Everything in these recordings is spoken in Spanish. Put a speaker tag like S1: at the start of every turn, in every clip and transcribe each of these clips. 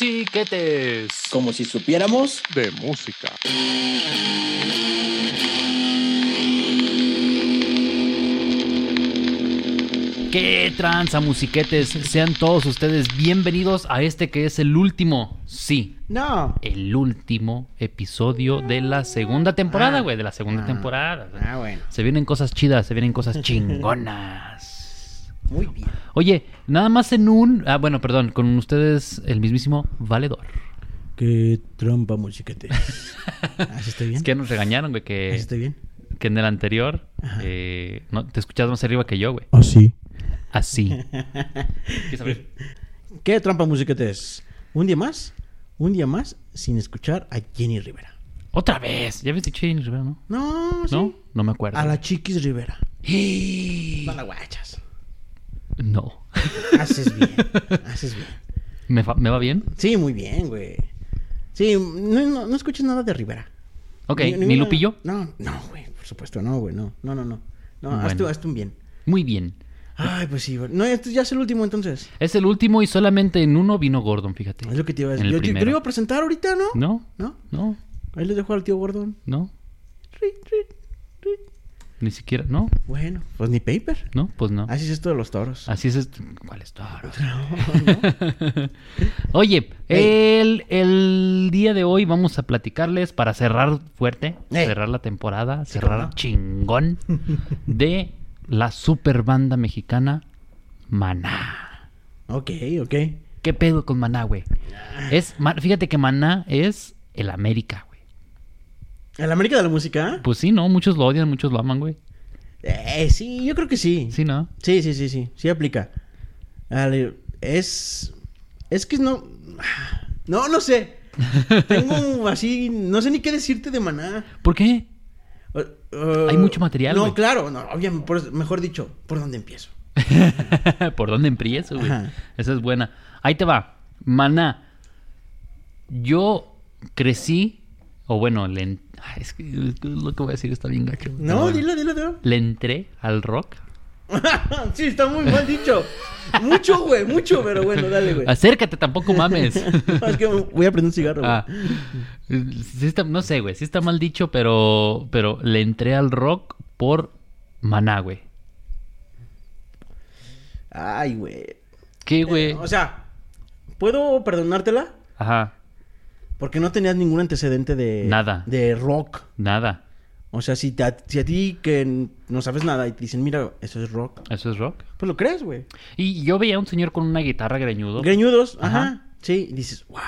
S1: Musiquetes.
S2: Como si supiéramos.
S3: de música.
S1: ¡Qué tranza, musiquetes! Sean todos ustedes bienvenidos a este que es el último, sí,
S4: No.
S1: el último episodio de la segunda temporada,
S4: Ah.
S1: güey, de la segunda
S4: Ah.
S1: temporada.
S4: Ah, bueno.
S1: Se vienen cosas chidas, se vienen cosas chingonas.
S4: Muy bien.
S1: Oye, nada más en un... Ah, bueno, perdón, con ustedes el mismísimo Valedor.
S4: Qué trompa musiquete. ¿Así estoy bien?
S1: Es que nos regañaron, güey, que...
S4: ¿Así estoy bien?
S1: que en el anterior
S4: Ajá.
S1: eh, no, te escuchas más arriba que yo, güey.
S4: Oh, sí.
S1: Así. ¿Quieres abrir?
S4: ¿Qué trampa musiquetes? Un día más, un día más sin escuchar a Jenny Rivera.
S1: Otra vez. Ya habías dicho Jenny Rivera, ¿no?
S4: No, ¿Ah, sí.
S1: No, no me acuerdo.
S4: A la Chiquis Rivera.
S1: ¡Eh!
S4: No la guachas.
S1: No.
S4: Haces bien, haces bien.
S1: ¿Me, fa- me va bien?
S4: Sí, muy bien, güey. Sí, no, no, no escuches nada de Rivera.
S1: Ok,
S4: Ni-
S1: ni,
S4: ninguna-
S1: lo pillo.
S4: No, no, güey, por supuesto, no, güey, no. No, no, no. No,
S1: Bueno.
S4: haz, tú, haz tú un bien.
S1: Muy bien.
S4: Ay, pues sí, güey. No, esto ya es el último entonces.
S1: Es el último y solamente en uno vino Gordon, fíjate.
S4: Es lo que te iba a
S1: En
S4: decir.
S1: el
S4: Yo, yo- yo
S1: primero.
S4: lo iba a presentar ahorita, ¿no?
S1: No,
S4: ¿No?
S1: no,
S4: Ahí les dejo al tío Gordon.
S1: no.
S4: Ri, ri, ri.
S1: Ni siquiera, no,
S4: Bueno, pues ni paper.
S1: no, pues no. Ah.
S4: Así es esto de los toros.
S1: Así es. esto. ¿Cuál es toro?
S4: No, no.
S1: Oye,
S4: Ey.
S1: el, el día de hoy vamos a platicarles para cerrar fuerte,
S4: Ey.
S1: cerrar la temporada,
S4: Sí,
S1: cerrar
S4: cómo no.
S1: chingón de la super banda mexicana Maná.
S4: ok, ok.
S1: ¿Qué pedo con Maná, güey? Es, ma- fíjate que Maná es el América, güey.
S4: ¿El América de la música? ¿eh?
S1: Pues sí, ¿no? Muchos lo odian, muchos lo aman, güey.
S4: Eh, sí, yo creo que sí.
S1: Sí, ¿no?
S4: Sí, sí, sí, sí. Sí aplica. Ale, es. Es que no. No, no sé. Tengo así. No sé ni qué decirte de maná.
S1: ¿Por qué?
S4: O- o-
S1: Hay mucho material,
S4: No,
S1: güey.
S4: claro, no, obviamente, por- mejor dicho, ¿por dónde empiezo?
S1: ¿Por dónde empiezo, güey?
S4: Ajá.
S1: Esa es buena. Ahí te va. Maná. Yo crecí, o bueno, le en- Ay, es que es que lo que voy a decir está bien gacho. güey. Pero
S4: No,
S1: bueno.
S4: dilo, dilo, dilo.
S1: Le entré al rock.
S4: sí, está muy mal dicho. Mucho, güey, mucho, pero bueno, dale, güey.
S1: Acércate, tampoco mames.
S4: No, es que voy a prender un cigarro, güey.
S1: Ah. Sí está- no sé, güey. Sí está mal dicho, pero, pero le entré al rock por Maná, güey.
S4: Ay, güey.
S1: ¿Qué, güey?
S4: Eh, O sea, ¿puedo perdonártela?
S1: Ajá,
S4: Porque no tenías ningún antecedente de...
S1: Nada.
S4: De rock.
S1: nada.
S4: O sea, si, te, a- si a ti que n- no sabes nada y te dicen, mira, eso es rock,
S1: ¿Eso es rock?
S4: pues lo crees, güey.
S1: Y yo veía a un señor con una guitarra greñudo.
S4: Greñudos, ajá.
S1: Oh. Ajá.
S4: Sí, y dices, guau,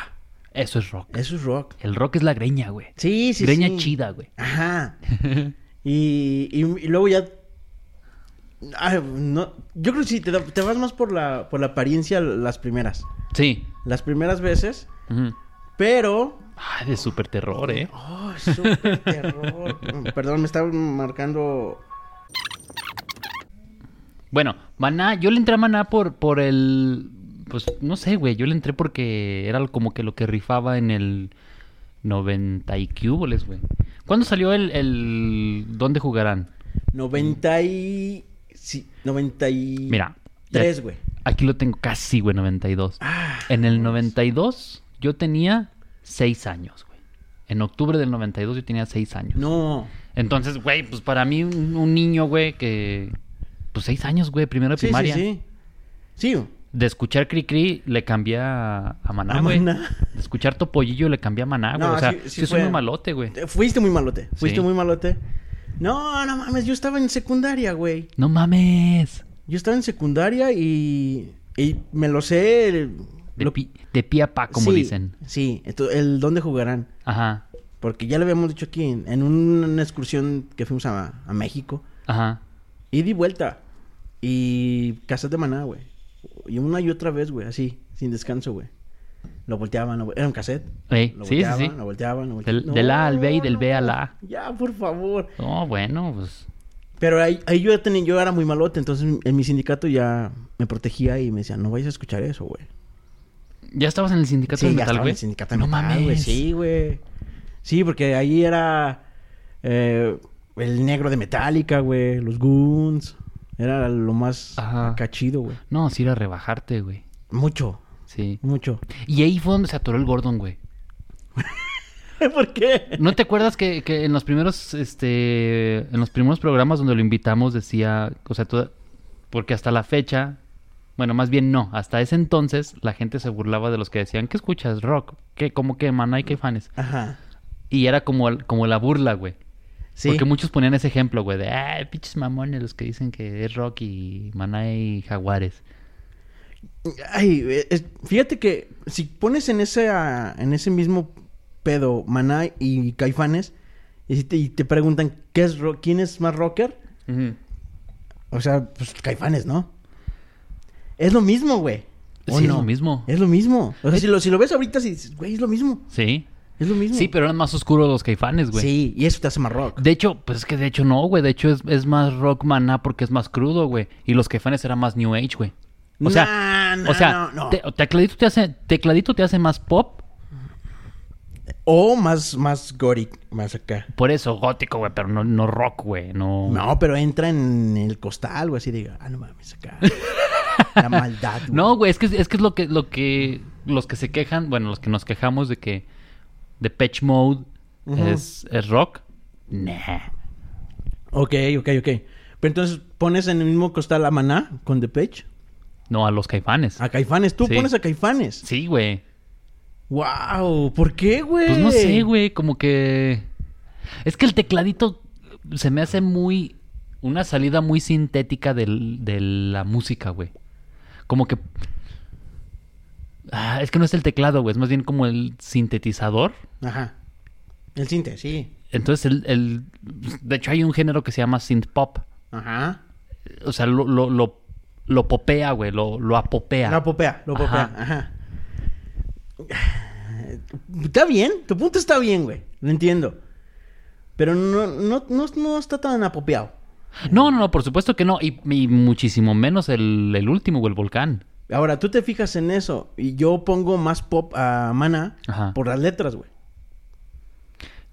S1: Eso es rock.
S4: eso es rock.
S1: El rock es la greña, güey.
S4: Sí, sí,
S1: Greña
S4: sí.
S1: chida, güey.
S4: Ajá. y, y, y luego ya... Ay, no, yo creo que sí, te, da- te vas más por la, por la apariencia las primeras.
S1: Sí.
S4: Las primeras veces,
S1: Ujú.
S4: pero...
S1: Ay, de súper terror, ¿eh?
S4: ¡Oh, súper terror! mm, Perdón, me estaba marcando...
S1: Bueno, Maná, yo le entré a Maná por, por el... Pues no sé, güey. Yo le entré porque era como que lo que rifaba en el 90 y cúboles, güey. ¿Cuándo salió el, el... ¿Dónde jugarán?
S4: 90 y... Sí, 90 y...
S1: Mira. ya-
S4: Tres, güey.
S1: Aquí lo tengo casi, güey, 92.
S4: Ah,
S1: En el 92 yo tenía 6 años, güey. En octubre del 92 yo tenía 6 años.
S4: no.
S1: Entonces, güey, pues para mí un, un niño, güey, que... Pues 6 años, güey, primero de
S4: Sí,
S1: primaria.
S4: sí, sí. Sí.
S1: De escuchar Cri Cri le cambié a, a Maná,
S4: A
S1: güey.
S4: Maná.
S1: De escuchar Topollillo le cambié a Maná, Ah, güey.
S4: No,
S1: o sea,
S4: sí-
S1: sí,
S4: sí
S1: soy
S4: fue-
S1: muy malote, güey.
S4: Te- Fuiste muy malote. Fuiste
S1: Sí.
S4: muy malote. No, no mames, yo estaba en secundaria, güey.
S1: No mames.
S4: Yo estaba en secundaria y, y me lo sé. el-
S1: De,
S4: lo-
S1: pi, de pi a pa, como
S4: Sí,
S1: dicen.
S4: Sí, Ento- el dónde jugarán.
S1: Ajá,
S4: Porque ya lo habíamos dicho aquí en, en una excursión que fuimos a, a México.
S1: ajá.
S4: Ida Y di vuelta. Y casas de maná, güey. Y una y otra vez, güey, así, sin descanso, güey. Lo volteaban, lo, vol- era un cassette.
S1: Ey,
S4: Lo
S1: sí, sí,
S4: volteaban,
S1: sí.
S4: Lo volteaban, lo
S1: Del,
S4: volteaban.
S1: del A
S4: No,
S1: al B y del B al
S4: no.
S1: A.
S4: Ya, por favor.
S1: No, bueno, pues...
S4: Pero ahí, ahí yo, ya tenía, yo era muy malote, entonces en mi sindicato ya me protegía y me decían, no vayas a escuchar eso, güey.
S1: ¿Ya estabas en el sindicato de
S4: ya
S1: metal,
S4: estaba en
S1: güey?
S4: el sindicato de
S1: no
S4: metal,
S1: mames.
S4: güey. Sí, güey. Sí, porque ahí era eh, el negro de Metallica, güey, los Goons. Era lo más
S1: Ajá.
S4: acá chido, güey.
S1: No, sí era rebajarte, güey.
S4: Mucho.
S1: Sí.
S4: Mucho.
S1: Y ahí fue donde se atoró el Gordon, güey.
S4: ¿Por qué?
S1: ¿No te acuerdas que, que en los primeros, este, en los primeros programas donde lo invitamos decía, o sea, toda- porque hasta la fecha, bueno, más bien no, hasta ese entonces la gente se burlaba de los que decían, ¿qué escuchas? Rock, ¿qué, cómo que maná y qué fanes?
S4: Ajá.
S1: Y era como, el- como la burla, güey.
S4: Sí.
S1: Porque muchos ponían ese ejemplo, güey, de, ay, pinches mamones los que dicen que es rock y maná y jaguares.
S4: Ay, eh, es- fíjate que si pones en ese, ah, en ese mismo pedo Maná y Caifanes y, si te, y te preguntan ¿qué es ro- quién es más rocker, o sea, pues Caifanes, ¿no? Es lo mismo, güey. ¿O
S1: Sí, es
S4: no?
S1: lo mismo.
S4: Es lo mismo. O sea, si lo, si lo ves ahorita, sí, dices, güey, es lo mismo.
S1: Sí.
S4: Es lo mismo.
S1: Sí, pero eran más oscuros los caifanes, güey.
S4: Sí, y eso te hace más rock.
S1: De hecho, pues es que de hecho no, güey. De hecho es, es más rock maná porque es más crudo, güey. Y los caifanes eran más new age, güey. O sea,
S4: Nah, nah,
S1: o sea,
S4: no, no.
S1: te- tecladito, te hace, tecladito te hace más pop.
S4: O más, más goric, más acá.
S1: Por eso, gótico, güey, pero no, no rock, güey. No.
S4: No, pero entra en el costal, güey, así diga, ah, no mames, acá. La maldad, güey.
S1: No, güey, es que, es que es lo que, lo que los que se quejan, bueno, los que nos quejamos de que Depeche Mode
S4: Ujú.
S1: es, es rock. Nah.
S4: Ok, ok, ok. Pero entonces pones en el mismo costal a Maná con The Page.
S1: No, a los caifanes.
S4: A Caifanes, tú
S1: Sí.
S4: pones a Caifanes.
S1: Sí, güey.
S4: Wow, ¿por qué, güey?
S1: Pues no sé, güey, como que... Es que el tecladito se me hace muy... Una salida muy sintética del- de la música, güey. Como que... Ah, es que no es el teclado, güey, es más bien como el sintetizador.
S4: Ajá. El cinte, sí.
S1: Entonces, el, el- de hecho hay un género que se llama synth pop.
S4: Ajá.
S1: O sea, lo, lo, lo, lo popea, güey, lo, lo apopea.
S4: Lo popea, lo popea.
S1: Ajá.
S4: Ajá. Está bien, tu punto está bien, güey. Lo entiendo. Pero no, no, no, no está tan apropiado.
S1: No, no, no, por supuesto que no. Y, y muchísimo menos el, el último, güey, el volcán.
S4: Ahora, tú te fijas en eso y yo pongo más pop a Maná
S1: Ajá.
S4: por las letras, güey.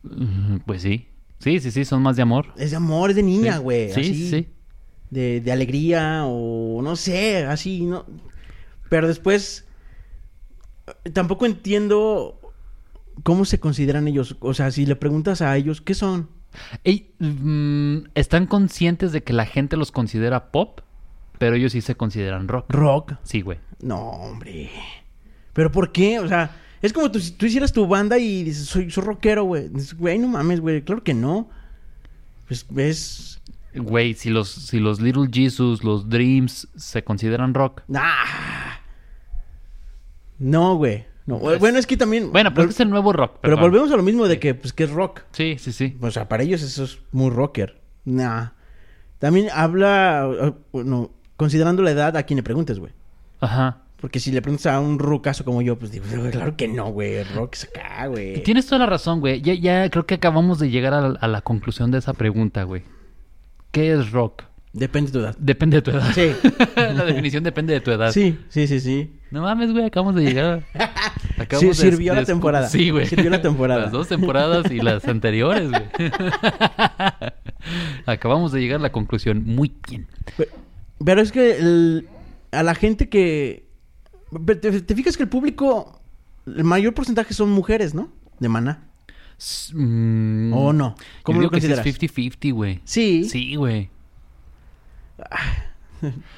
S1: Mm, Pues sí. Sí, sí, sí, son más de amor.
S4: Es de amor, es de niña, güey.
S1: Sí,
S4: así,
S1: sí, sí.
S4: De, de alegría o no sé, así, ¿no? Pero después, eh, tampoco entiendo cómo se consideran ellos. O sea, si le preguntas a ellos, ¿qué son?
S1: Ey, mm, ¿Están conscientes de que la gente los considera pop? Pero ellos sí se consideran rock.
S4: Rock.
S1: Sí, güey.
S4: No, hombre. ¿Pero por qué? O sea, es como tú, si tú hicieras tu banda y dices, soy, soy rockero, güey. Dices, güey, no mames, güey. Claro que no. Pues ves...
S1: Güey, si los, si los Little Jesus, los Dreams se consideran rock.
S4: ¡Ah! No, güey. No.
S1: Pues-
S4: bueno, es que también...
S1: Bueno, pero
S4: vol-
S1: es que es el nuevo rock.
S4: Pero
S1: perdón.
S4: volvemos a lo mismo de que, pues, que es rock.
S1: Sí, sí, sí.
S4: O sea, para ellos eso es muy rocker. Nah. También habla... uh, uh, No, considerando la edad a quien le preguntes, güey.
S1: Ajá.
S4: Porque si le preguntas a un rucazo como yo, pues digo, claro que no, güey. Rock es acá, güey.
S1: Tienes toda la razón, güey. Ya, ya creo que acabamos de llegar a la, a la conclusión de esa pregunta, güey. ¿Qué es rock?
S4: Depende de tu edad.
S1: Depende de tu edad.
S4: Sí.
S1: la definición depende de tu edad.
S4: Sí, sí, sí, sí.
S1: No mames, güey, acabamos de llegar.
S4: Sí,
S1: de-
S4: sirvió
S1: de
S4: la
S1: escu-
S4: temporada.
S1: Sí, güey.
S4: Sirvió la temporada.
S1: Las dos temporadas y las anteriores, güey. acabamos de llegar a la conclusión. Muy bien.
S4: Pero, pero es que el- a la gente que... pero Te, te fijas que el público, el mayor porcentaje son mujeres, ¿no? De maná.
S1: S- mm,
S4: ¿O no? ¿Cómo
S1: yo
S4: lo
S1: digo que sí es
S4: consideras?
S1: 50-50, güey.
S4: Sí.
S1: Sí, güey.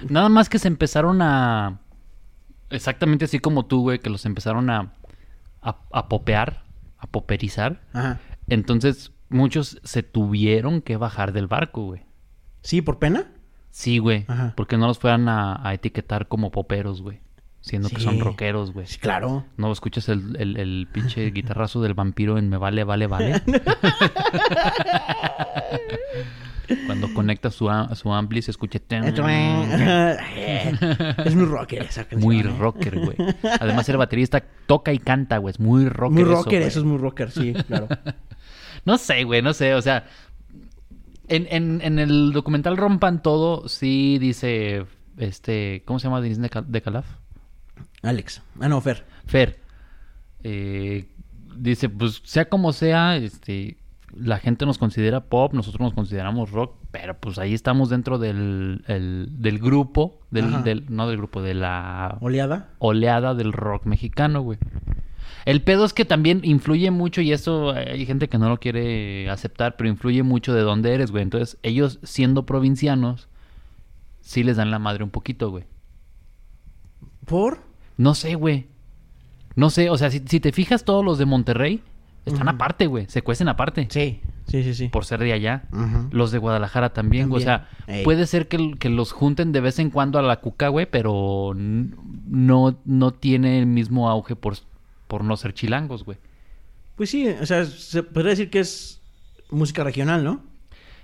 S1: Nada más que se empezaron a. Exactamente así como tú, güey, que los empezaron a. a, a popear, a poperizar.
S4: Ajá.
S1: Entonces, muchos se tuvieron que bajar del barco, güey.
S4: ¿Sí, por pena?
S1: Sí, güey.
S4: Ajá.
S1: Porque no los fueran a, a etiquetar como poperos, güey. Siendo que son
S4: Sí.
S1: rockeros, güey.
S4: Sí, claro.
S1: No escuchas el, el, el pinche guitarrazo del vampiro en Me Vale, Vale, Vale. Cuando conecta su, am- su ampli se escucha...
S4: eh. es muy rocker esa canción.
S1: Muy
S4: ¿eh?
S1: rocker, güey. Además, el baterista toca y canta, güey. Es muy rocker.
S4: Muy
S1: eso,
S4: rocker,
S1: güey.
S4: eso, es muy rocker, sí, claro.
S1: No sé, güey, no sé. O sea, en, en, en el documental Rompan Todo, sí dice... este ¿Cómo se llama Denise de, Cal- de Calaf?
S4: Alex. Ah, no, Fer.
S1: Fer. eh, dice, pues sea como sea, este, la gente nos considera pop, nosotros nos consideramos rock, pero pues ahí estamos dentro del, el- del grupo,
S4: Ajá.
S1: del, del- no del grupo, de la
S4: ¿Oleada?
S1: oleada del rock mexicano, güey. El pedo es que también influye mucho, y eso eh, hay gente que no lo quiere aceptar, pero influye mucho de dónde eres, güey. Entonces, ellos siendo provincianos, sí les dan la madre un poquito, güey.
S4: ¿Por?
S1: No sé, güey. No sé, o sea, si, si te fijas, todos los de Monterrey están
S4: Ujú.
S1: aparte, güey. Se cuecen aparte.
S4: Sí. Sí, sí, sí.
S1: Por ser de allá.
S4: Ujú.
S1: Los de Guadalajara también, güey. O sea,
S4: También. Ey.
S1: puede ser que, l- que los junten de vez en cuando a la cuca, güey, pero n- no, no tiene el mismo auge por, s- por no ser chilangos, güey.
S4: Pues sí, o sea, se podría decir que es música regional, ¿no?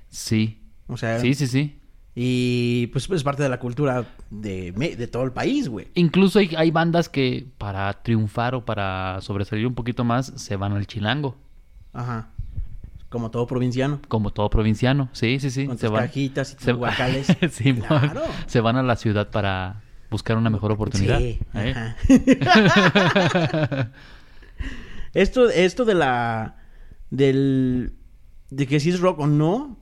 S1: Sí.
S4: O sea,
S1: Sí, sí, sí.
S4: y pues es parte de la cultura de, me- de todo el país, güey.
S1: Incluso hay, hay bandas que para triunfar o para sobresalir un poquito más se van al chilango,
S4: Ajá. Como todo provinciano.
S1: como todo provinciano. Sí, sí, sí.
S4: con
S1: se
S4: tus
S1: van.
S4: cajitas y tus
S1: se...
S4: guacales.
S1: Sí, mo-
S4: Claro.
S1: se van a la ciudad para buscar una mejor oportunidad.
S4: Sí,
S1: ¿eh?
S4: ajá. esto, esto de la. del. de que si es rock o no.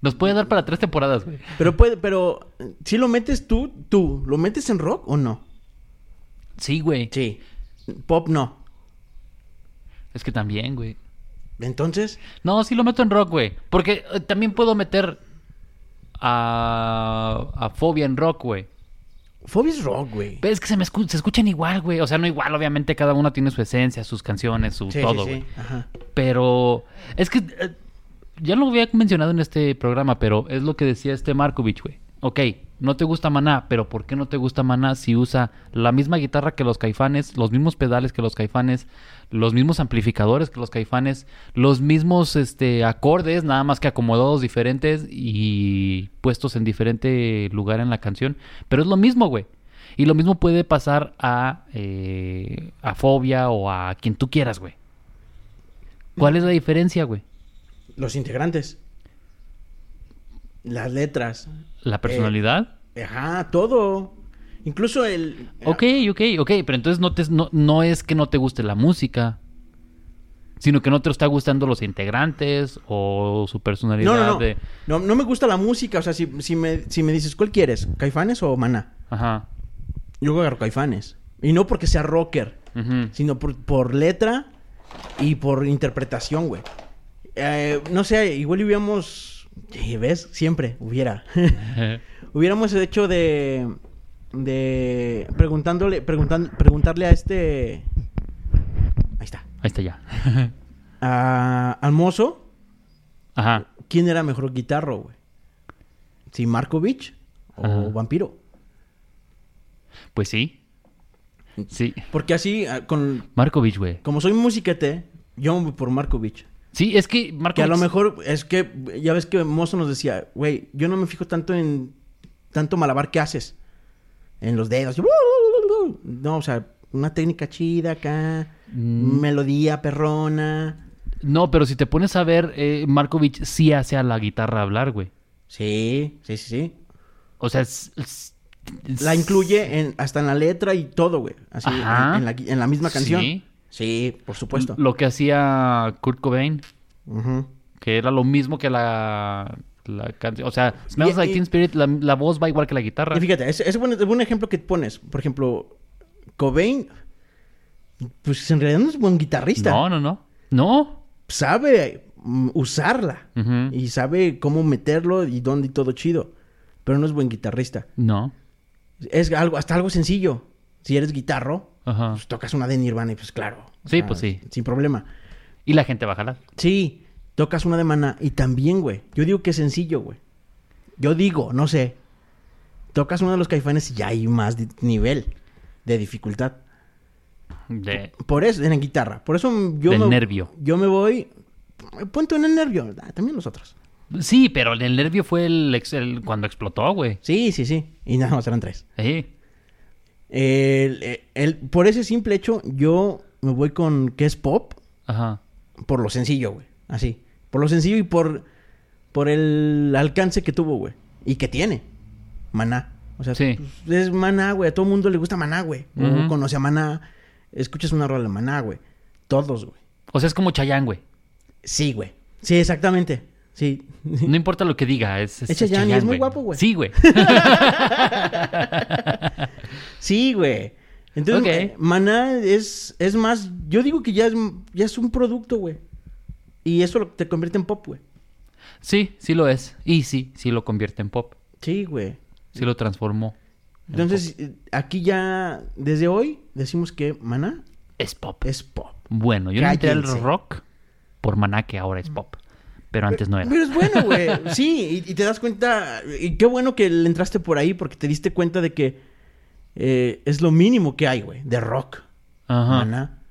S1: Nos puede dar para tres temporadas, güey.
S4: Pero puede, pero si lo metes tú, tú, ¿lo metes en rock o no?
S1: Sí, güey.
S4: Sí. Pop no.
S1: Es que también, güey.
S4: Entonces,
S1: No, sí lo meto en rock, güey. Porque eh, también puedo meter a, a Fobia en rock, güey.
S4: Fobia es rock, güey.
S1: Pero es que se me escu- se escuchan igual, güey. O sea, no igual, obviamente cada uno tiene su esencia, sus canciones, su
S4: Sí,
S1: todo,
S4: sí,
S1: güey.
S4: sí. Ajá.
S1: Pero es que eh, ya lo había mencionado en este programa, pero es lo que decía este Markovich, güey. Ok, no te gusta Maná, pero ¿por qué no te gusta Maná si usa la misma guitarra que los caifanes, los mismos pedales que los caifanes, los mismos amplificadores que los caifanes, los mismos este, acordes, nada más que acomodados diferentes y puestos en diferente lugar en la canción? Pero es lo mismo, güey. Y lo mismo puede pasar a, eh, a Fobia o a quien tú quieras, güey. ¿Cuál es la diferencia, güey?
S4: Los integrantes. Las letras. Eh,
S1: ¿La personalidad?
S4: Ajá, todo. Incluso el.
S1: ok, ok, ok, pero entonces no, te, no, no es que no te guste la música, sino que no te está gustando los integrantes o su personalidad
S4: eh, No, no, no.
S1: de...
S4: no. No me gusta la música. O sea, si, si, me, si me dices, ¿cuál quieres? ¿Caifanes o Maná?
S1: Ajá.
S4: Yo agarro Caifanes. Y no porque sea rocker,
S1: ujú.
S4: sino por, por letra y por interpretación, güey. Eh, no sé, igual hubiéramos... Sí, ¿Ves? Siempre hubiera. hubiéramos hecho de... De... Preguntándole... preguntan- preguntarle a este... Ahí está.
S1: Ahí está ya.
S4: A, al mozo,
S1: Ajá.
S4: ¿quién era mejor guitarro, güey? ¿Si Markovich o
S1: Ajá.
S4: Vampiro?
S1: Pues sí. Sí.
S4: Porque así, ah, con,
S1: Markovich, güey.
S4: como soy musiquete, yo me voy por Markovich.
S1: Sí, es que Markovich...
S4: Que a lo mejor es que ya ves que Mozo nos decía, güey, yo no me fijo tanto en tanto malabar que haces en los dedos. No, o sea, una técnica chida acá,
S1: Mm.
S4: melodía perrona.
S1: No, pero si te pones a ver, eh, Markovich sí hace a la guitarra hablar, güey.
S4: Sí, sí, sí, sí.
S1: O sea, es- es-
S4: La incluye en, hasta en la letra y todo, güey. Así, en,
S1: Ajá.
S4: en la, gui- en la misma canción.
S1: Sí.
S4: Sí, por supuesto.
S1: lo que hacía Kurt Cobain.
S4: Ujú.
S1: Que era lo mismo que la, la canción. O sea, Smells
S4: Y-
S1: Like
S4: y-
S1: Teen Spirit, la, la voz va igual que la guitarra.
S4: Y fíjate, es, es, buen, es buen ejemplo que pones. Por ejemplo, Cobain, pues en realidad no es buen guitarrista.
S1: No, no, no. No.
S4: Sabe mm, usarla
S1: Ujú.
S4: y sabe cómo meterlo y dónde y todo chido. Pero no es buen guitarrista.
S1: No.
S4: Es algo, hasta algo sencillo. Si eres guitarro,
S1: Ajá.
S4: pues tocas una de Nirvana y pues claro. o
S1: Ah. Sí, pues sí.
S4: Sin problema.
S1: Y la gente va a jalar.
S4: Sí, tocas una de maná y también, güey. Yo digo que es sencillo, güey. Yo digo, no sé. Tocas uno de los caifanes y ya hay más di- nivel de dificultad.
S1: De...
S4: Por eso, en la guitarra. Por eso yo
S1: Del
S4: me,
S1: nervio.
S4: Yo me voy. Punto en el nervio. Ah, también los otros.
S1: Sí, pero el nervio fue el, ex- el- cuando explotó, güey.
S4: Sí, sí, sí. Y nada más eran tres.
S1: Sí.
S4: El- eh, el- por ese simple hecho, yo me voy con que es pop.
S1: Ajá.
S4: Por lo sencillo, güey. Así. Por lo sencillo y por, por el alcance que tuvo, güey. Y que tiene. Maná. O sea,
S1: Sí.
S4: pues, es maná, güey. A todo mundo le gusta maná, güey. Uno
S1: Ujú.
S4: conoce a maná. Escuchas una rola de maná, güey. Todos, güey.
S1: O sea, es como Chayanne, güey.
S4: Sí, güey. Sí, exactamente. Sí.
S1: No importa lo que diga, es.
S4: Es Chayanne,
S1: Chayanne,
S4: es muy guapo, güey.
S1: Sí, güey.
S4: Sí, güey. Entonces,
S1: Ok.
S4: eh, Maná es, es más, yo digo que ya es, ya es un producto, güey. Y eso lo- te convierte en pop, güey.
S1: Sí, sí lo es. Y sí, sí lo convierte en pop.
S4: Sí, güey.
S1: Sí lo transformó. en
S4: Entonces, eh, aquí ya, desde hoy, decimos que Maná
S1: pop. Es pop.
S4: es pop.
S1: Bueno, yo le entré al
S4: Cállense. Mm.
S1: rock por maná que ahora es pop. Pero antes no era.
S4: Pero es bueno, güey. Sí, y, y te das cuenta. Y qué bueno que le entraste por ahí porque te diste cuenta de que eh, es lo mínimo que hay, güey, de rock.
S1: Ajá.
S4: Maná.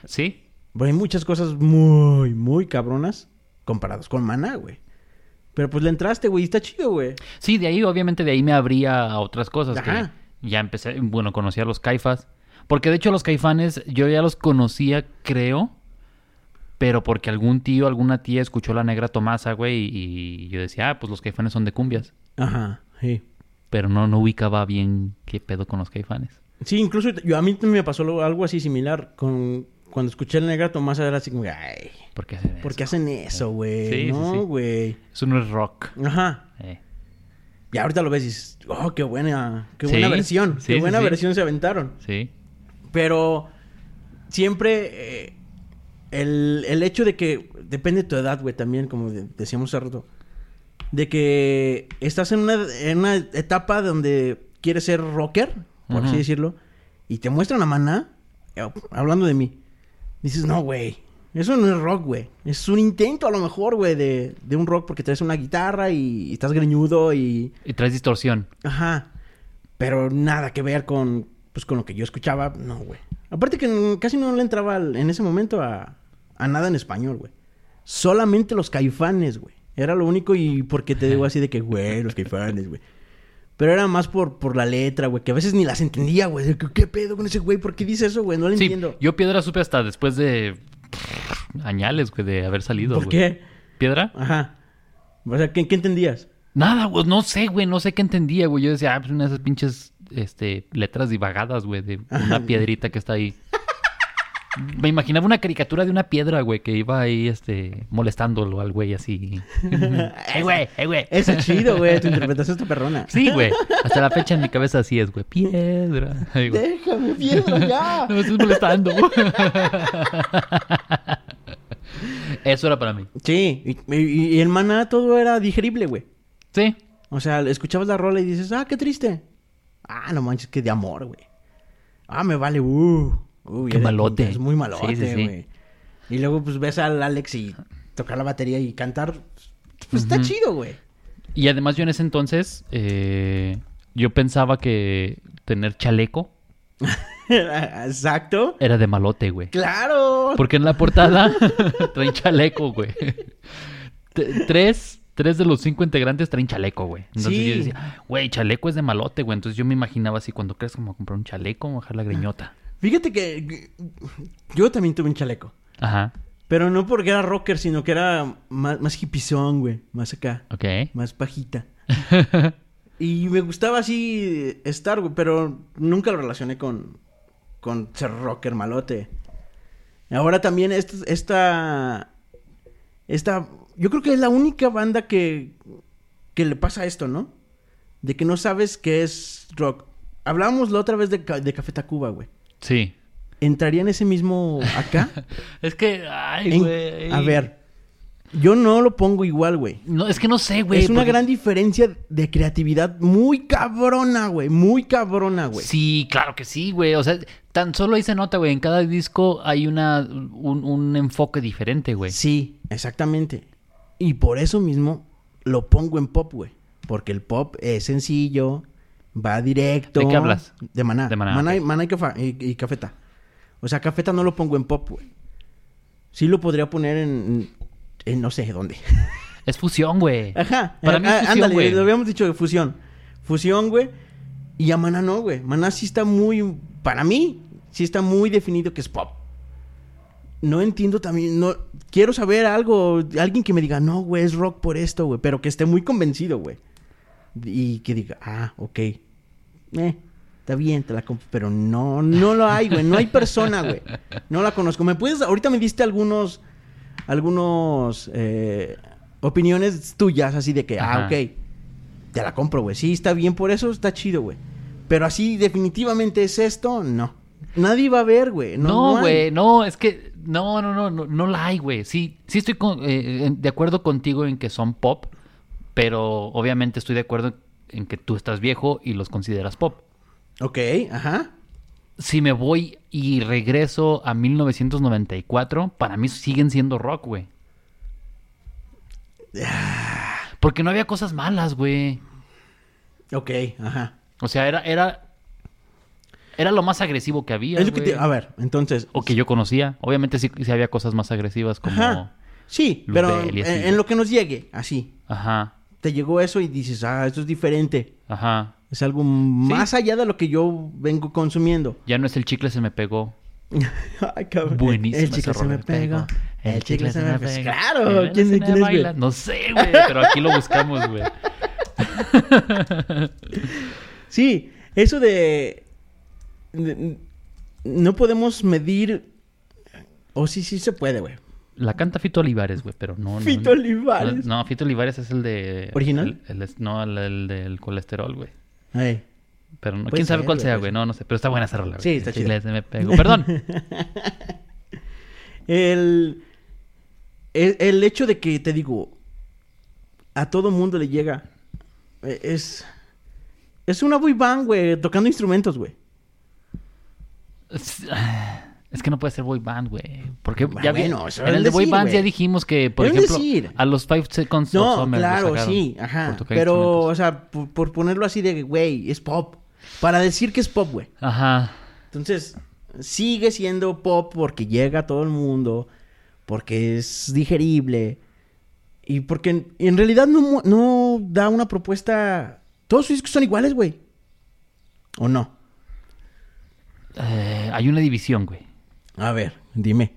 S1: Sí.
S4: Pero hay muchas cosas muy, muy cabronas comparadas con Maná, güey. Pero pues le entraste, güey, y está chido, güey.
S1: Sí, de ahí, obviamente, de ahí me abría a otras cosas.
S4: Ajá.
S1: Que ya empecé, bueno, conocí a los caifas. Porque de hecho, los caifanes yo ya los conocía, creo. Pero porque algún tío, alguna tía escuchó la negra Tomasa, güey. Y, y yo decía, ah, pues los caifanes son de cumbias.
S4: Ajá, sí.
S1: Pero no, no ubicaba bien qué pedo con los caifanes.
S4: Sí, incluso yo, a mí me pasó lo- algo así similar con cuando escuché el negra Tomás era así como, ay,
S1: ¿Por qué hacen eso?
S4: ¿por qué hacen eso, güey?
S1: Sí, sí, sí.
S4: no, güey.
S1: Eso no es rock.
S4: Ajá.
S1: Eh.
S4: Y ahorita lo ves y dices, oh, qué buena, qué
S1: Sí,
S4: buena versión,
S1: sí,
S4: qué
S1: sí,
S4: buena
S1: sí.
S4: versión se aventaron.
S1: Sí.
S4: Pero siempre eh, el, el hecho de que, depende de tu edad, güey, también, como de- decíamos hace rato, de que estás en una, en una etapa donde quieres ser rocker, por
S1: Ujú.
S4: así decirlo, y te muestran a Maná, eh, hablando de mí, dices, no, güey. Eso no es rock, güey. Es un intento, a lo mejor, güey, de, de un rock porque traes una guitarra y estás greñudo y
S1: Y traes distorsión.
S4: Ajá. Pero nada que ver con, pues, con lo que yo escuchaba, no, güey. Aparte que n- casi no le entraba al- en ese momento a, a nada en español, güey. Solamente los caifanes, güey. Era lo único y porque te digo así de que, güey, los caifanes, güey. Pero era más por, por la letra, güey, que a veces ni las entendía, güey. De que, ¿Qué pedo con ese güey? ¿Por qué dice eso, güey? No le
S1: Sí,
S4: entiendo.
S1: yo Piedra supe hasta después de añales, güey, de haber salido,
S4: ¿Por
S1: güey.
S4: qué?
S1: ¿Piedra?
S4: Ajá. O sea, ¿qué, qué entendías?
S1: Nada, güey, no sé, güey, no sé qué entendía, güey. Yo decía, ah, pues una de esas pinches este, letras divagadas, güey, de una piedrita que está ahí. Me imaginaba una caricatura de una piedra, güey, que iba ahí, este, molestándolo al güey así. ¡Eh, güey! ¡Eh, güey!
S4: Eso es chido, güey. Tu interpretación está perrona.
S1: Sí, güey. Hasta la fecha en mi cabeza así es, güey. Piedra. Ay, güey.
S4: Déjame, piedra, ya.
S1: No me estás molestando. Eso era para mí.
S4: Sí, y, y- y el maná todo era digerible, güey.
S1: Sí.
S4: O sea, escuchabas la rola y dices, ah, qué triste. Ah, no manches, que de amor, güey. Ah, me vale, uh. Uy,
S1: Qué
S4: eres-
S1: malote.
S4: Es muy
S1: Sí,
S4: malote,
S1: sí, sí.
S4: güey. Y luego, pues, ves al Alex y tocar la batería y cantar. Pues está chido, güey.
S1: Y además yo en ese entonces, eh, yo pensaba que tener chaleco
S4: Exacto.
S1: era de malote, güey.
S4: Claro.
S1: Porque en la portada traen chaleco, güey. T- Tres, tres de los cinco integrantes traen chaleco, güey. Entonces
S4: Sí.
S1: yo decía, güey, chaleco es de malote, güey. Entonces yo me imaginaba así, cuando crees como comprar un chaleco, bajar la greñota.
S4: Fíjate que que- yo también tuve un chaleco.
S1: Ajá,
S4: Pero no porque era rocker, sino que era más, más hipizón, güey. Más acá.
S1: ok.
S4: Más pajita. y me gustaba así estar, güey, pero nunca lo relacioné con, con ser rocker malote. Ahora también esta, esta, esta, yo creo que es la única banda que, que le pasa esto, ¿no? De que no sabes qué es rock. Hablábamos la otra vez de, Ca- de Café Tacuba, güey.
S1: Sí.
S4: ¿Entraría en ese mismo acá?
S1: Es que, ay,
S4: En-
S1: güey.
S4: a ver, yo no lo pongo igual, güey.
S1: No, es que no sé, güey. pues,
S4: es una
S1: porque-
S4: gran diferencia de creatividad muy cabrona, güey. Muy cabrona, güey.
S1: Sí, claro que sí, güey. O sea, tan solo ahí se nota, güey. En cada disco hay una un, un enfoque diferente, güey.
S4: Sí, exactamente. Y por eso mismo lo pongo en pop, güey. Porque el pop es sencillo, va directo.
S1: ¿De qué hablas?
S4: De maná.
S1: De Maná,
S4: y-
S1: ok.
S4: Maná y, Cafa- y- y cafeta. O sea, cafeta no lo pongo en pop, güey. Sí lo podría poner en, en no sé dónde.
S1: Es fusión, güey.
S4: Ajá.
S1: Para mí es
S4: Ah,
S1: fusión,
S4: ándale,
S1: güey.
S4: lo habíamos dicho de fusión. Fusión, güey. Y a Maná no, güey. Maná sí está muy. Para mí, sí está muy definido que es pop. No entiendo también. No, quiero saber algo. Alguien que me diga, no, güey, es rock por esto, güey. Pero que esté muy convencido, güey. Y que diga, ah, ok. Eh, está bien, te la compro. Pero no, no lo hay, güey. No hay persona, güey. No la conozco. ¿Me puedes.? Ahorita me diste algunos. algunos eh, opiniones tuyas, así de que, ah,
S1: Ajá.
S4: ok, te la compro, güey. Sí, está bien por eso, está chido, güey. Pero así definitivamente es esto, no. Nadie va a ver, güey. No,
S1: No,
S4: hay.
S1: güey, no, es que no, no, no, no, no la hay, güey. Sí, sí estoy con- eh, en- de acuerdo contigo en que son pop, pero obviamente estoy de acuerdo en que tú estás viejo y los consideras pop.
S4: Ok, ajá.
S1: Si me voy y regreso a 1994, para mí siguen siendo rock, güey. Porque no había cosas malas, güey.
S4: Ok, ajá.
S1: O sea, era era era lo más agresivo que había,
S4: Es lo que te-
S1: güey.
S4: a ver, entonces.
S1: o que yo conocía. Obviamente sí, sí había cosas más agresivas como
S4: Ajá. Sí,
S1: Luz
S4: pero
S1: de
S4: en,
S1: Elias y-
S4: en lo que nos llegue, así.
S1: ajá.
S4: Te llegó eso y dices, ah, esto es diferente.
S1: Ajá.
S4: Es algo más allá de lo que yo vengo consumiendo.
S1: Ya no es el chicle se me pegó.
S4: Ay, cabrón.
S1: Buenísimo.
S4: El chicle
S1: ese
S4: se me
S1: rollo,
S4: pega. El chicle se me pega. Claro,
S1: Bueno,
S4: ¿quién,
S1: se me
S4: quién es, güey?
S1: baila. No sé, güey, pero aquí lo buscamos, güey.
S4: Sí, eso de, de- No podemos medir... O sí, sí se puede, güey.
S1: La canta Fito Olivares, güey, pero no. no-
S4: Fito Olivares.
S1: No, Fito Olivares es el de.
S4: ¿Original?
S1: el- el- no, el, el del colesterol, güey.
S4: Ay.
S1: Pero no,
S4: Puede
S1: quién sabe
S4: ser,
S1: cuál
S4: güey,
S1: sea,
S4: puede
S1: güey. No, no sé. Pero está buena esa rola, güey.
S4: Sí, está
S1: El chicle
S4: chida.
S1: se me pegó. Perdón.
S4: El, el, el hecho de que, te digo, a todo mundo le llega. eh, Es. Es una boy band, güey, tocando instrumentos, güey.
S1: Es es que no puede ser boy band, güey. Porque
S4: Bueno,
S1: ya vi-
S4: Ah, bueno, eso
S1: en
S4: era
S1: el
S4: un
S1: de boy
S4: decir,
S1: bands ya
S4: güey.
S1: dijimos que, por
S4: Era un
S1: ejemplo,
S4: decir.
S1: a los Five Seconds of
S4: No,
S1: Summer los
S4: claro,
S1: sacaron
S4: sí,
S1: por
S4: ajá.
S1: tocar
S4: Pero,
S1: instrumentos.
S4: o sea, por, por ponerlo así de, güey, es pop. Para decir que es pop, güey.
S1: Ajá.
S4: Entonces, sigue siendo pop porque llega a todo el mundo, porque es digerible y porque en, en realidad no, mu- no da una propuesta. Todos sus discos son iguales, güey. ¿O no?
S1: Eh, hay una división, güey.
S4: A ver, dime.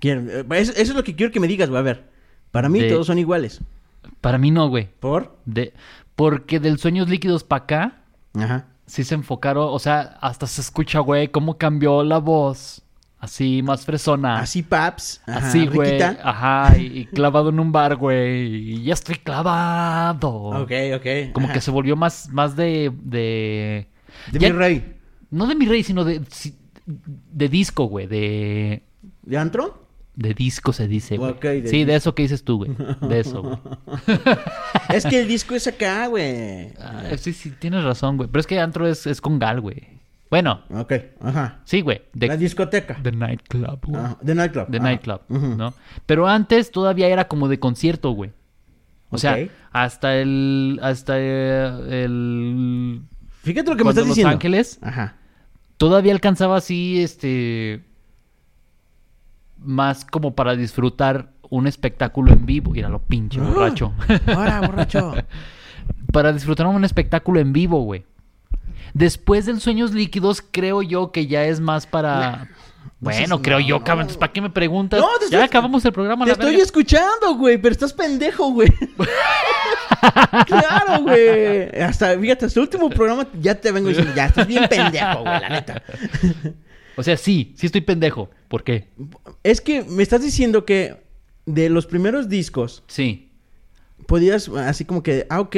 S4: Quiero- eh, Eso, eso es lo que quiero que me digas, güey. A ver, para mí
S1: De-
S4: todos son iguales.
S1: Para mí no, güey.
S4: ¿Por?
S1: De, porque del Sueños Líquidos para acá
S4: Ajá.
S1: sí se enfocaron, o sea, hasta se escucha, güey, cómo cambió la voz. Así, más fresona.
S4: Así Paps. ajá,
S1: Ah. Así, güey.
S4: Riquita.
S1: Ajá, y, y clavado en un bar, güey. Y ya estoy clavado.
S4: Ok, ok.
S1: Como
S4: ajá.
S1: que se volvió más, más de... de...
S4: De
S1: ya-
S4: mi rey.
S1: No de mi rey, sino de... si- De disco, güey. De...
S4: ¿De antro?
S1: De disco se dice, güey.
S4: Ok, de
S1: sí, de eso que dices tú, güey. De eso, güey.
S4: es que el disco es acá, güey.
S1: Ah, sí, sí, tienes razón, güey. Pero es que antro es, es con gal, güey. Bueno,
S4: Ok, ajá.
S1: sí, güey. De,
S4: La discoteca.
S1: de nightclub, güey.
S4: Ajá, De nightclub.
S1: De
S4: ajá.
S1: nightclub,
S4: Ah, Ujú.
S1: ¿no? Pero antes todavía era como de concierto, güey. O sea,
S4: Ok.
S1: hasta el. Hasta eh, el.
S4: Fíjate lo que me
S1: cuando
S4: estás
S1: Los
S4: diciendo.
S1: Ángeles
S4: Ajá.
S1: todavía alcanzaba así, este. Más como para disfrutar un espectáculo en vivo. Mira lo pinche borracho.
S4: Ah, Ahora, borracho.
S1: para disfrutar un espectáculo en vivo, güey. Después del Sueños Líquidos, creo yo que ya es más para. bueno,
S4: no,
S1: creo yo,
S4: no.
S1: cabrón. Entonces, ¿para qué me preguntas?
S4: No, te
S1: ya
S4: estoy-
S1: acabamos el programa,
S4: Te
S1: la
S4: estoy
S1: verga.
S4: escuchando, güey, pero estás pendejo, güey. claro, güey. Hasta, fíjate, hasta el último programa ya te vengo diciendo, ya estás bien pendejo, güey, la neta.
S1: O sea, sí, sí estoy pendejo. ¿Por qué?
S4: Es que me estás diciendo que de los primeros discos
S1: Sí,
S4: podías, así como que, ah, ok,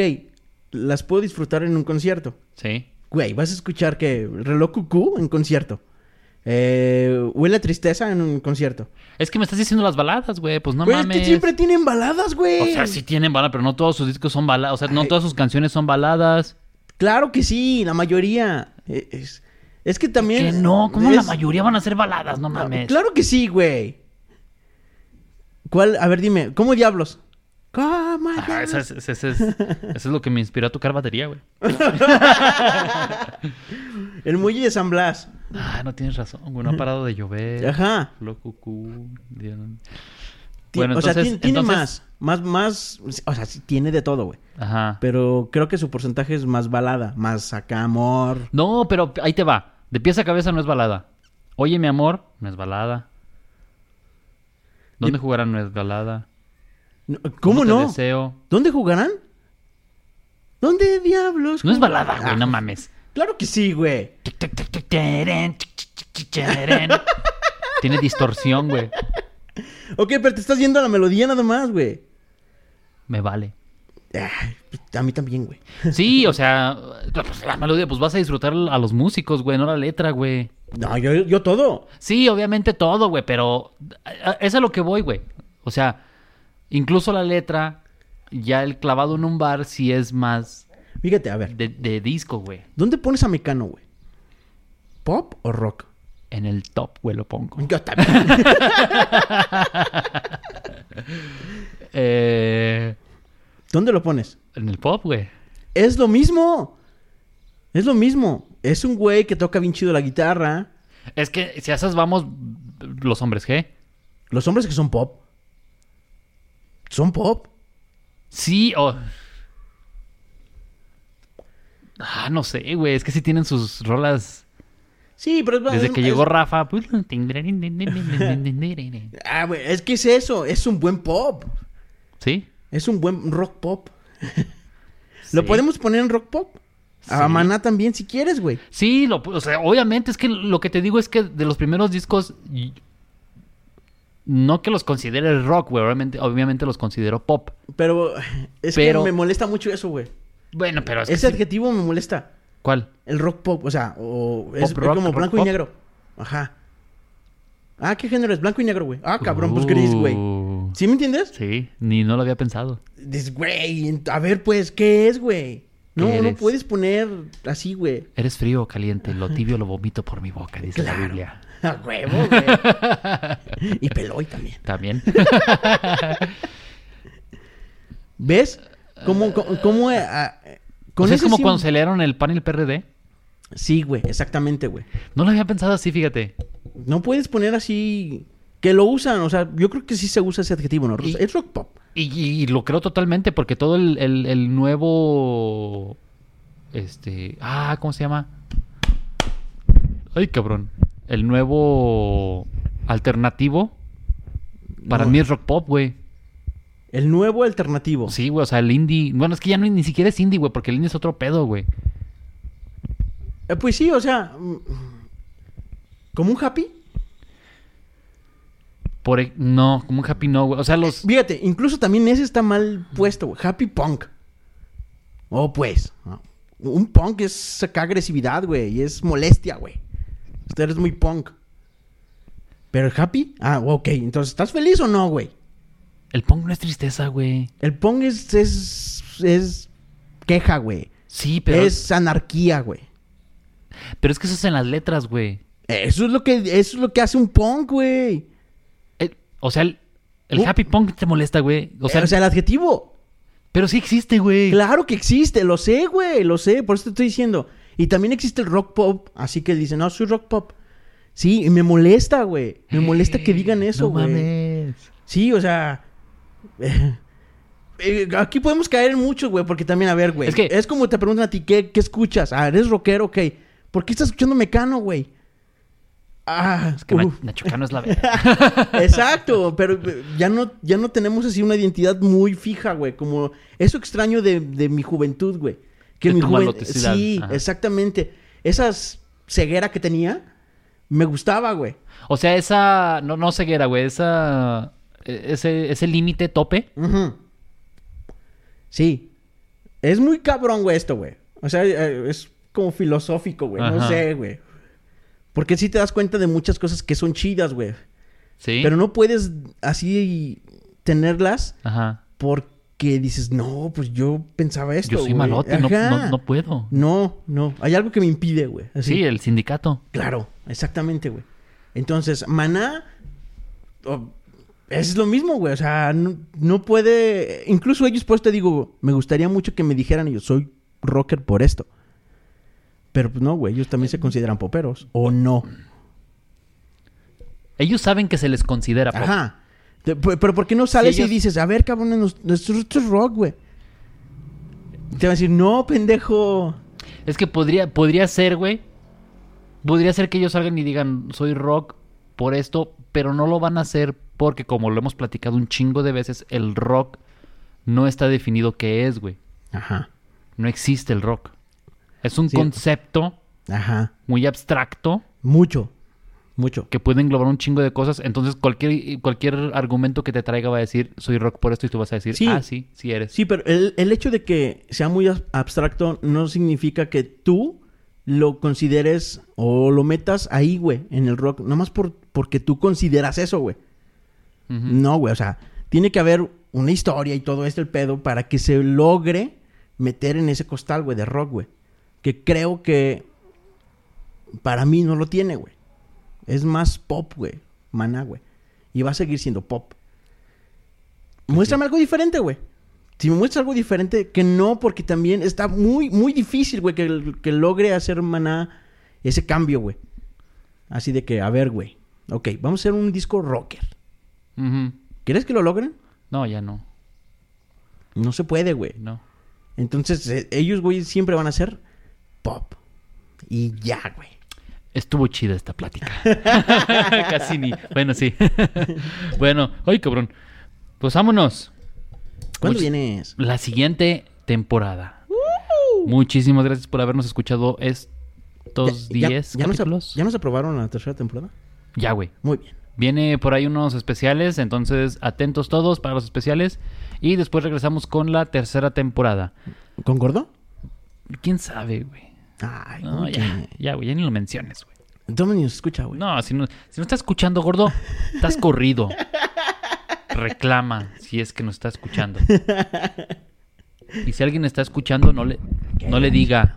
S4: las puedo disfrutar en un concierto.
S1: sí.
S4: Güey, vas a escuchar que reloj cucú en concierto. Eh, huele a tristeza en un concierto.
S1: Es que me estás diciendo las baladas, güey. Pues no
S4: Güey,
S1: mames.
S4: es que siempre tienen baladas, güey.
S1: O sea, sí tienen baladas, pero no todos sus discos son baladas. O sea, no
S4: Ay.
S1: todas sus canciones son baladas.
S4: Claro que sí, la mayoría. Eh, Es, es que también.
S1: Que no, ¿cómo la
S4: es- Ah,
S1: mayoría van a ser baladas? No mames.
S4: Claro que sí, güey. ¿Cuál? A ver, dime, ¿cómo diablos? ¿Cómo
S1: Ah, eso,
S4: diablos?
S1: es, eso es- eso es lo que me inspiró a tocar batería, güey.
S4: El muelle de San Blas.
S1: Ah, no tienes razón, güey. No ha parado de llover.
S4: Ajá.
S1: Lo cucú, dieron-
S4: Ti-
S1: Bueno,
S4: o sea,
S1: entonces-
S4: tiene, tiene
S1: entonces-
S4: más. Más, más. O sea, sí, tiene de todo, güey.
S1: Ajá.
S4: Pero creo que su porcentaje es más balada. Más acá, amor.
S1: No, pero ahí te va. De pies a cabeza no es balada. Oye, mi amor, no es balada. ¿Dónde jugarán no es balada?
S4: No, ¿Cómo
S1: te
S4: no?
S1: deseo?
S4: ¿Dónde jugarán? ¿Dónde diablos?
S1: No es
S4: jugarán?
S1: balada, güey,
S4: Ah,
S1: no mames.
S4: Claro que sí, güey.
S1: Tiene distorsión, güey.
S4: Ok, pero te estás yendo a la melodía nada más, güey.
S1: Me vale.
S4: Ay, pues, a mí también, güey.
S1: Sí, o sea, la, pues, la melodía, pues vas a disfrutar a los músicos, güey, no la letra, güey.
S4: No, yo, yo todo.
S1: Sí, obviamente todo, güey, pero a- a- es a lo que voy, güey. O sea, incluso la letra, ya el clavado en un bar, sí es más
S4: Fíjate, a ver.
S1: de, de disco, güey.
S4: ¿Dónde pones a Mecano, güey? ¿Pop o rock?
S1: En el top, güey, lo pongo.
S4: Yo también.
S1: Eh,
S4: ¿Dónde lo pones?
S1: en el pop, güey.
S4: Es lo mismo. Es lo mismo. Es un güey que toca bien chido la guitarra.
S1: Es que si a esas vamos, los hombres, G.
S4: Los hombres que son pop. Son pop.
S1: Sí, o. Ah, no sé, güey. Es que sí tienen sus rolas.
S4: Sí, pero es
S1: Desde
S4: es-
S1: que
S4: es-
S1: llegó Rafa. pues,
S4: Ah, güey, es que es eso. Es un buen pop.
S1: ¿Sí?
S4: Es un buen rock pop.
S1: Sí.
S4: ¿Lo podemos poner en rock pop? A
S1: Sí.
S4: Maná también, si quieres, güey.
S1: Sí, lo, pu- o sea, obviamente es que lo que te digo es que de los primeros discos. y- No que los considere rock, güey. Obviamente, obviamente los considero pop.
S4: Pero es
S1: Pero-
S4: que me molesta mucho eso, güey.
S1: Bueno, pero es que
S4: Ese
S1: sí-
S4: adjetivo me molesta.
S1: ¿Cuál?
S4: El rock pop, o sea, o es,
S1: Pop
S4: es
S1: rock,
S4: como
S1: rock
S4: blanco y
S1: pop.
S4: negro. Ajá. Ah, ¿qué género es? Blanco y negro, güey. Ah, cabrón, pues gris, güey.
S1: Uh,
S4: ¿Sí me entiendes?
S1: Sí, ni no lo había pensado.
S4: Dices, güey, ent- a ver, pues, ¿qué es, güey? No,
S1: ¿Qué
S4: no
S1: eres?
S4: puedes poner así, güey.
S1: Eres frío o caliente, lo tibio lo vomito por mi boca, dice la
S4: Claro.
S1: Biblia.
S4: A huevo, güey. y Peloy también.
S1: También.
S4: ¿Ves? ¿Cómo, cómo, cómo, eh, ah, eh, con
S1: O sea, es
S4: ese
S1: como
S4: sí-
S1: cuando se learon el pan y el PRD.
S4: Sí, güey, exactamente, güey.
S1: No lo había pensado así, fíjate.
S4: No puedes poner así... Que lo usan, o sea, yo creo que sí se usa ese adjetivo, ¿no?
S1: Y-
S4: Es rock pop.
S1: Y, y lo creo totalmente, porque todo el, el- el nuevo. Este. Ah, ¿cómo se llama? Ay, cabrón. El nuevo alternativo. Para
S4: No,
S1: mí es rock pop, güey.
S4: El nuevo alternativo.
S1: Sí, güey, o sea, el indie. Bueno, es que ya no, ni siquiera es indie, güey, porque el indie es otro pedo, güey.
S4: Eh, pues sí, o sea, mm, como un happy.
S1: Por, e- no, como un happy no, güey. O sea, los.
S4: Fíjate, incluso también ese está mal puesto, güey. Happy punk. Oh, pues. ¿no? Un punk es acá agresividad, güey. Y es molestia, güey. Usted eres muy punk. Pero el happy, ah, ok. Entonces, ¿estás feliz o no, güey?
S1: El punk no es tristeza, güey.
S4: El punk es, es, es queja, güey.
S1: Sí, pero.
S4: Es anarquía, güey.
S1: Pero es que eso es en las letras, güey.
S4: Eso es lo que, eso es lo que hace un punk, güey.
S1: El- o sea, el, el
S4: Eh, Uh. Eh,
S1: happy punk te molesta, güey. O sea,
S4: o sea, el adjetivo.
S1: pero sí existe, güey.
S4: Claro que existe, lo sé, güey, lo sé, por eso te estoy diciendo. Y también existe el rock pop, así que dicen, no, soy rock pop. Sí, y me molesta, güey. Me molesta que digan eso,
S1: Eh, No
S4: güey.
S1: mames.
S4: sí, o sea. eh, aquí podemos caer en mucho, güey, porque también, a ver, güey.
S1: Es que-
S4: Es como te preguntan a ti, ¿qué, qué escuchas? Ah, eres rockero, ok. ¿Por qué estás escuchando Mecano, güey? Ah,
S1: Es que Na-
S4: uf.
S1: Nacho Cano es la verga.
S4: Exacto, pero eh, ya no, ya no tenemos así una identidad muy fija, güey. Como eso extraño de, de mi juventud, güey. Que
S1: De
S4: mi
S1: tu
S4: juventud.
S1: maloticidad,
S4: Sí,
S1: ajá.
S4: exactamente. Esa ceguera que tenía, me gustaba, güey.
S1: O sea, esa. No, no ceguera, güey. Esa. e- Ese, ese límite tope.
S4: Ujú. Sí. Es muy cabrón, güey, esto, güey. O sea, eh, es como filosófico, güey. No
S1: Ajá.
S4: sé, güey. Porque sí te das cuenta de muchas cosas que son chidas, güey.
S1: Sí.
S4: Pero no puedes así tenerlas
S1: Ajá.
S4: porque dices, no, pues yo pensaba esto.
S1: Yo soy
S4: güey".
S1: malote, no,
S4: Ajá.
S1: no, no puedo.
S4: No, no, hay algo que me impide, güey. Así.
S1: Sí, el sindicato.
S4: Claro, exactamente, güey. Entonces, Maná oh, es lo mismo, güey. O sea, no, no puede. Incluso ellos, pues te digo, me gustaría mucho que me dijeran, yo soy rocker por esto. Pero pues no, güey, ellos también se
S1: Eh,
S4: consideran poperos. O no.
S1: Ellos saben que se les considera pues. pop.
S4: Ajá. Te- pe- Pero ¿por qué no sales
S1: ellos-
S4: y dices, a ver, cabrón, nos- nuestro, esto es rock, güey? Te van a decir, no, pendejo.
S1: Es que podría, podría ser, güey. Podría ser que ellos salgan y digan, soy rock por esto, pero no lo van a hacer porque, como lo hemos platicado un chingo de veces, el rock no está definido qué es, güey.
S4: Ajá,
S1: No existe el rock. Es un
S4: Sí.
S1: concepto
S4: ajá.
S1: muy abstracto
S4: Mucho. Mucho.
S1: que puede englobar un chingo de cosas. Entonces, cualquier, cualquier argumento que te traiga va a decir, soy rock por esto, y tú vas a decir,
S4: Sí.
S1: ah, sí, sí eres.
S4: Sí, pero el, el hecho de que sea muy ab- abstracto no significa que tú lo consideres o lo metas ahí, güey, en el rock. Nomás por, porque tú consideras eso, güey.
S1: Ujú.
S4: No, güey, o sea, tiene que haber una historia y todo este el pedo para que se logre meter en ese costal, güey, de rock, güey. Que creo que para mí no lo tiene, güey. Es más pop, güey. Maná, güey. Y va a seguir siendo pop. Muéstrame algo diferente, güey. Si me muestras algo diferente, que no, porque también está muy, muy difícil, güey, que, que logre hacer maná ese cambio, güey. Así de que, a ver, güey. Ok, vamos a hacer un disco rocker.
S1: Ujú.
S4: ¿Quieres que lo logren?
S1: No, ya no.
S4: No se puede, güey.
S1: No.
S4: Entonces, eh, ellos, güey, siempre van a ser pop. Y ya, güey.
S1: Estuvo chida esta plática. Casi ni. Bueno, sí. bueno, oye, cabrón. Pues vámonos.
S4: ¿Cuándo
S1: Much-
S4: vienes?
S1: La siguiente temporada. Muchísimas gracias por habernos escuchado estos
S4: Ya- ya-
S1: 10
S4: ya nos ap-
S1: capítulos.
S4: ¿Ya nos aprobaron la tercera temporada?
S1: ya, güey.
S4: Muy bien.
S1: Viene por ahí unos especiales, entonces atentos todos para los especiales. Y después regresamos con la tercera temporada.
S4: ¿Con gordo?
S1: ¿Quién sabe, güey?
S4: Ay,
S1: No,
S4: oye.
S1: ya, ya, güey, ya ni lo menciones, güey.
S4: Entonces ni nos escucha, güey.
S1: No, si no, si no estás escuchando, gordo, estás corrido. Reclama si es que no está escuchando. Y si alguien está escuchando, no le, no le diga.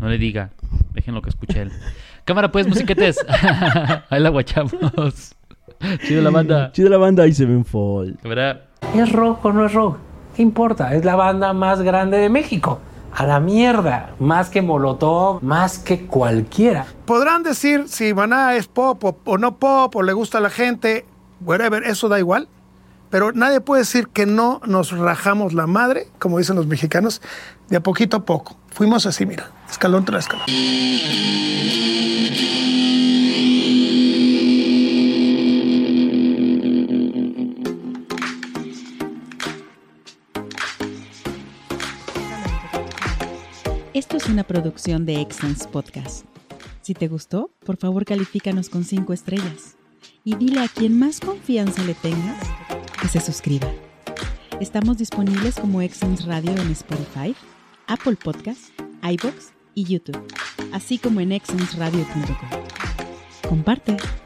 S1: No le diga. Déjenlo que escuche él. Cámara, pues, musiquetes. Ahí la guachamos. Chido la banda.
S4: Chido la banda y Sevenfold.
S1: Cámara.
S2: ¿Es rock o no es rock? ¿Qué importa? Es la banda más grande de México. A la mierda. Más que Molotov, más que cualquiera.
S3: Podrán decir si Maná es pop o, o no pop o le gusta a la gente, whatever, eso da igual. Pero nadie puede decir que no nos rajamos la madre, como dicen los mexicanos, de a poquito a poco. Fuimos así, mira, escalón tras escalón.
S5: Esto es una producción de Excellence Podcast. Si te gustó, por favor califícanos con 5 estrellas y dile a quien más confianza le tengas que se suscriba. Estamos disponibles como Excellence Radio en Spotify, Apple Podcasts, iBox y YouTube, así como en excellenceradio.com. Comparte.